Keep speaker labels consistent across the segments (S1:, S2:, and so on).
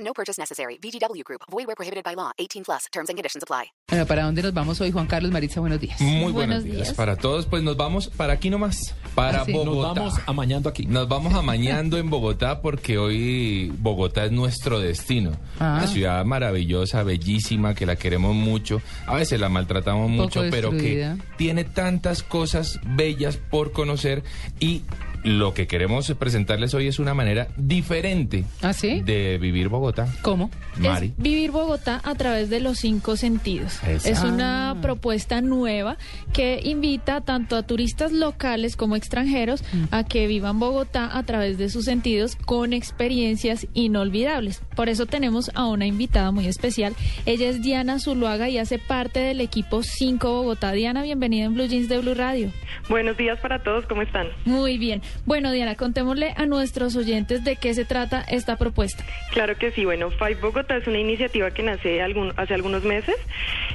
S1: No purchase necessary. VGW Group. Void where prohibited by law. 18 plus. Terms and conditions apply.
S2: Bueno, ¿para dónde nos vamos hoy, Juan Carlos Maritza? Buenos días.
S3: Muy buenos, días. para todos. Pues nos vamos para aquí nomás, para
S2: Ah, sí. Nos
S3: Bogotá.
S4: Nos vamos amañando aquí.
S3: Nos vamos amañando en Bogotá porque hoy Bogotá es nuestro destino.
S2: Ah.
S3: Una ciudad maravillosa, bellísima, que la queremos mucho. A veces la maltratamos
S2: Poco
S3: mucho, pero que
S2: destruida.
S3: tiene tantas cosas bellas por conocer y lo que queremos presentarles hoy es una manera diferente
S2: ¿Ah, sí?
S3: de vivir Bogotá.
S2: ¿Cómo?
S3: Mari.
S5: Es vivir Bogotá a través de los cinco sentidos.
S3: Exacto.
S5: Es una propuesta nueva que invita tanto a turistas locales como extranjeros a que vivan Bogotá a través de sus sentidos con experiencias inolvidables. Por eso tenemos a una invitada muy especial. Ella es Diana Zuluaga y hace parte del equipo 5 Bogotá. Diana, bienvenida en Blue Jeans de Blue Radio.
S6: Buenos días para todos, ¿cómo están?
S5: Muy bien. Bueno, Diana, contémosle a nuestros oyentes de qué se trata esta propuesta.
S6: Claro que sí, bueno, Five Bogotá es una iniciativa que nace algún- hace algunos meses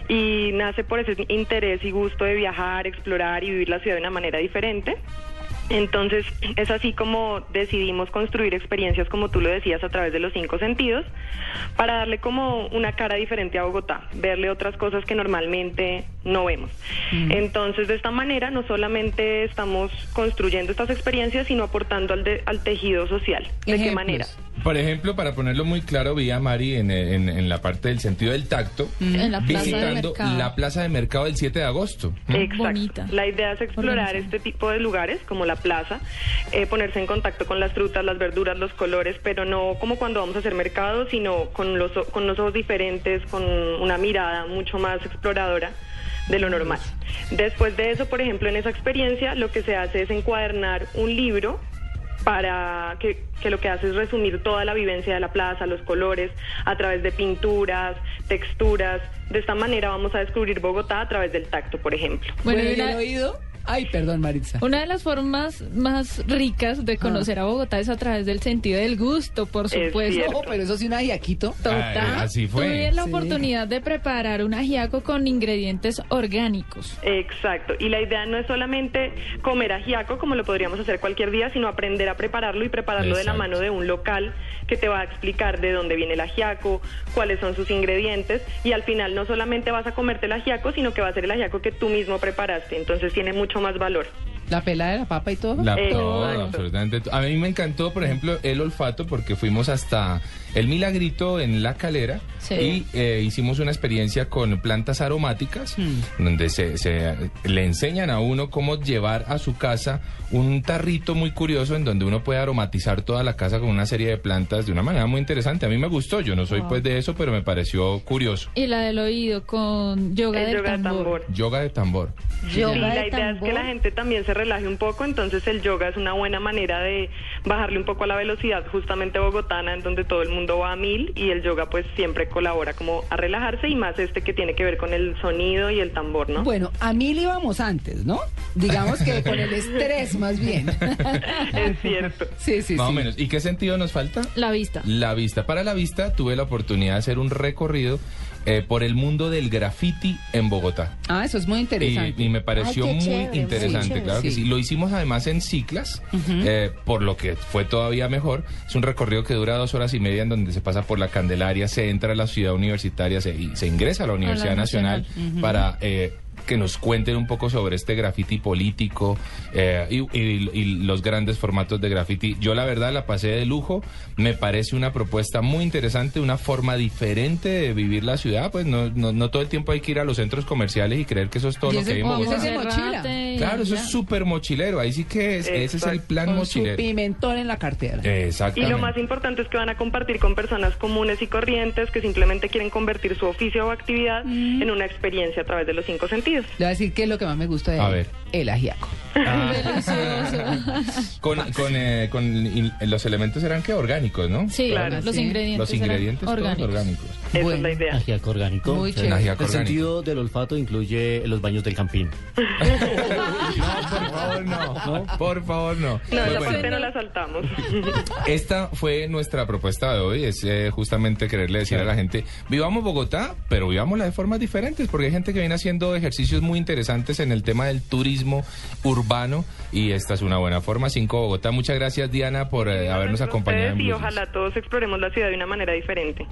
S6: y nace por ese interés y gusto de viajar, explorar y vivir la ciudad de una manera diferente. Entonces, es así como decidimos construir experiencias, como tú lo decías, a través de los cinco sentidos, para darle como una cara diferente a Bogotá, verle otras cosas que normalmente no vemos. Entonces, de esta manera, no solamente estamos construyendo estas experiencias, sino aportando al, de- al tejido social. ¿De qué
S2: Ejemplos.
S6: manera?
S3: Por ejemplo, para ponerlo muy claro, vi a Mari en, en- en la parte del sentido del tacto,
S5: En Mm, la plaza de
S3: visitando
S5: mercado.
S3: la plaza de mercado del 7 de agosto.
S6: Exacto.
S5: Bonita.
S6: La idea es explorar
S5: Organizada.
S6: este tipo de lugares, como la plaza, eh, ponerse en contacto con las frutas, las verduras, los colores, pero no como cuando vamos a hacer mercado, sino con los, o- con los ojos diferentes, con una mirada mucho más exploradora de lo normal. Después de eso, por ejemplo, en esa experiencia, lo que se hace es encuadernar un libro para que, que lo que hace es resumir toda la vivencia de la plaza, los colores, a través de pinturas, texturas. De esta manera vamos a descubrir Bogotá a través del tacto, por ejemplo.
S5: Bueno,
S2: Bueno,
S5: y
S2: ¿y
S5: una-
S2: el oído? Ay, perdón, Maritza.
S5: Una de las formas más ricas de conocer a Bogotá es a través del sentido del gusto, por supuesto.
S6: Ah. cierto.
S2: No, pero eso sí, un ajiaquito.
S5: Total.
S3: Ay, así fue.
S5: Tuve la
S2: Sí.
S5: oportunidad de preparar un ajiaco con ingredientes orgánicos.
S6: Exacto. Y la idea no es solamente comer ajiaco como lo podríamos hacer cualquier día, sino aprender a prepararlo y prepararlo de
S3: Exacto.
S6: la mano de un local que te va a explicar de dónde viene el ajiaco, cuáles son sus ingredientes y al final no solamente vas a comerte el ajiaco, sino que va a ser el ajiaco que tú mismo preparaste. Entonces tiene mucho más valor.
S2: La pelada de la papa y todo.
S3: La,
S6: Exacto.
S3: todo, absolutamente todo. A mí me encantó, por ejemplo, el olfato, porque fuimos hasta el Milagrito en La Calera
S5: Sí.
S3: y eh, hicimos una experiencia con plantas aromáticas, donde se, se, eh, le enseñan a uno cómo llevar a su casa un tarrito muy curioso en donde uno puede aromatizar toda la casa con una serie de plantas de una manera muy interesante. A mí me gustó, yo no soy pues de eso, pero me pareció curioso.
S5: Y la del oído con yoga
S6: El
S5: del
S6: yoga de
S5: tambor.
S6: tambor.
S3: Yoga de tambor.
S6: Sí, la idea es que la gente también se relaje un poco, entonces el yoga es una buena manera de bajarle un poco a la velocidad justamente bogotana, en donde todo el mundo va a mil y el yoga pues siempre colabora como a relajarse y más este que tiene que ver con el sonido y el tambor, ¿no?
S2: Bueno, a mí le íbamos antes, ¿no? Digamos que con el estrés más bien.
S6: Es cierto.
S2: sí, sí,
S3: Más
S2: sí.
S3: o menos. ¿Y qué sentido nos falta?
S5: La vista.
S3: La vista. Para la vista tuve la oportunidad de hacer un recorrido eh, por el mundo del graffiti en Bogotá.
S2: Ah, eso es muy interesante.
S3: Y, y me pareció
S7: Ay, qué
S3: muy
S7: chévere, muy
S3: interesante,
S2: chévere.
S3: claro que
S2: Sí.
S3: sí. Lo hicimos además en ciclas, eh, por lo que fue todavía mejor. Es un recorrido que dura dos horas y media en donde se pasa por la Candelaria, se entra a la ciudad universitaria se, y se ingresa a la Universidad Nacional, para... eh, que nos cuenten un poco sobre este graffiti político eh, y, y- y los grandes formatos de graffiti. Yo la verdad la pasé de lujo, me parece una propuesta muy interesante, una forma diferente de vivir la ciudad, pues no, no, no todo el tiempo hay que ir a los centros comerciales y creer que eso es todo
S2: Y
S3: lo
S2: ese
S3: que hay en
S2: poco
S3: Bogotá.
S2: de mochila.
S5: Cerrate
S3: Claro, eso
S5: ya.
S3: es súper mochilero. Ahí sí que es, ese es el
S6: Exacto.
S3: plan
S2: Con su
S3: mochilero. Eh.
S2: pimentón en la cartera.
S6: Y
S3: Exactamente.
S6: lo más importante es que van a compartir con personas comunes y corrientes que simplemente quieren convertir su oficio o actividad
S2: Mm.
S6: en una experiencia a través de los cinco sentidos.
S2: Le voy a decir qué es lo que más me gusta de
S3: A
S2: él.
S3: ver.
S2: El ajiaco.
S3: Ah. con con, eh, con in- los elementos eran que orgánicos, ¿no?
S5: Sí,
S6: Claro,
S5: los
S2: sí.
S5: ingredientes.
S3: Los
S5: eran
S3: ingredientes todos
S5: orgánicos.
S3: orgánicos.
S6: Esa es
S2: Bueno.
S6: la idea.
S4: Ajiaco orgánico.
S2: Muy
S4: O sea,
S2: chévere.
S3: Ajiaco
S4: El
S3: orgánico.
S4: sentido del olfato incluye los baños del campín.
S3: No, por favor, no. Por favor, no.
S6: No,
S3: Muy
S6: esa
S3: bueno.
S6: parte no la saltamos.
S3: Esta fue nuestra propuesta de hoy, es eh, justamente quererle decir a la gente, vivamos Bogotá, pero vivámosla de formas diferentes, porque hay gente que viene haciendo ejercicios muy interesantes en el tema del turismo urbano y esta es una buena forma. Cinco Bogotá, muchas gracias Diana por eh, habernos
S6: Ustedes
S3: acompañado. en
S6: Y
S3: Blues.
S6: ojalá todos exploremos la ciudad de una manera diferente.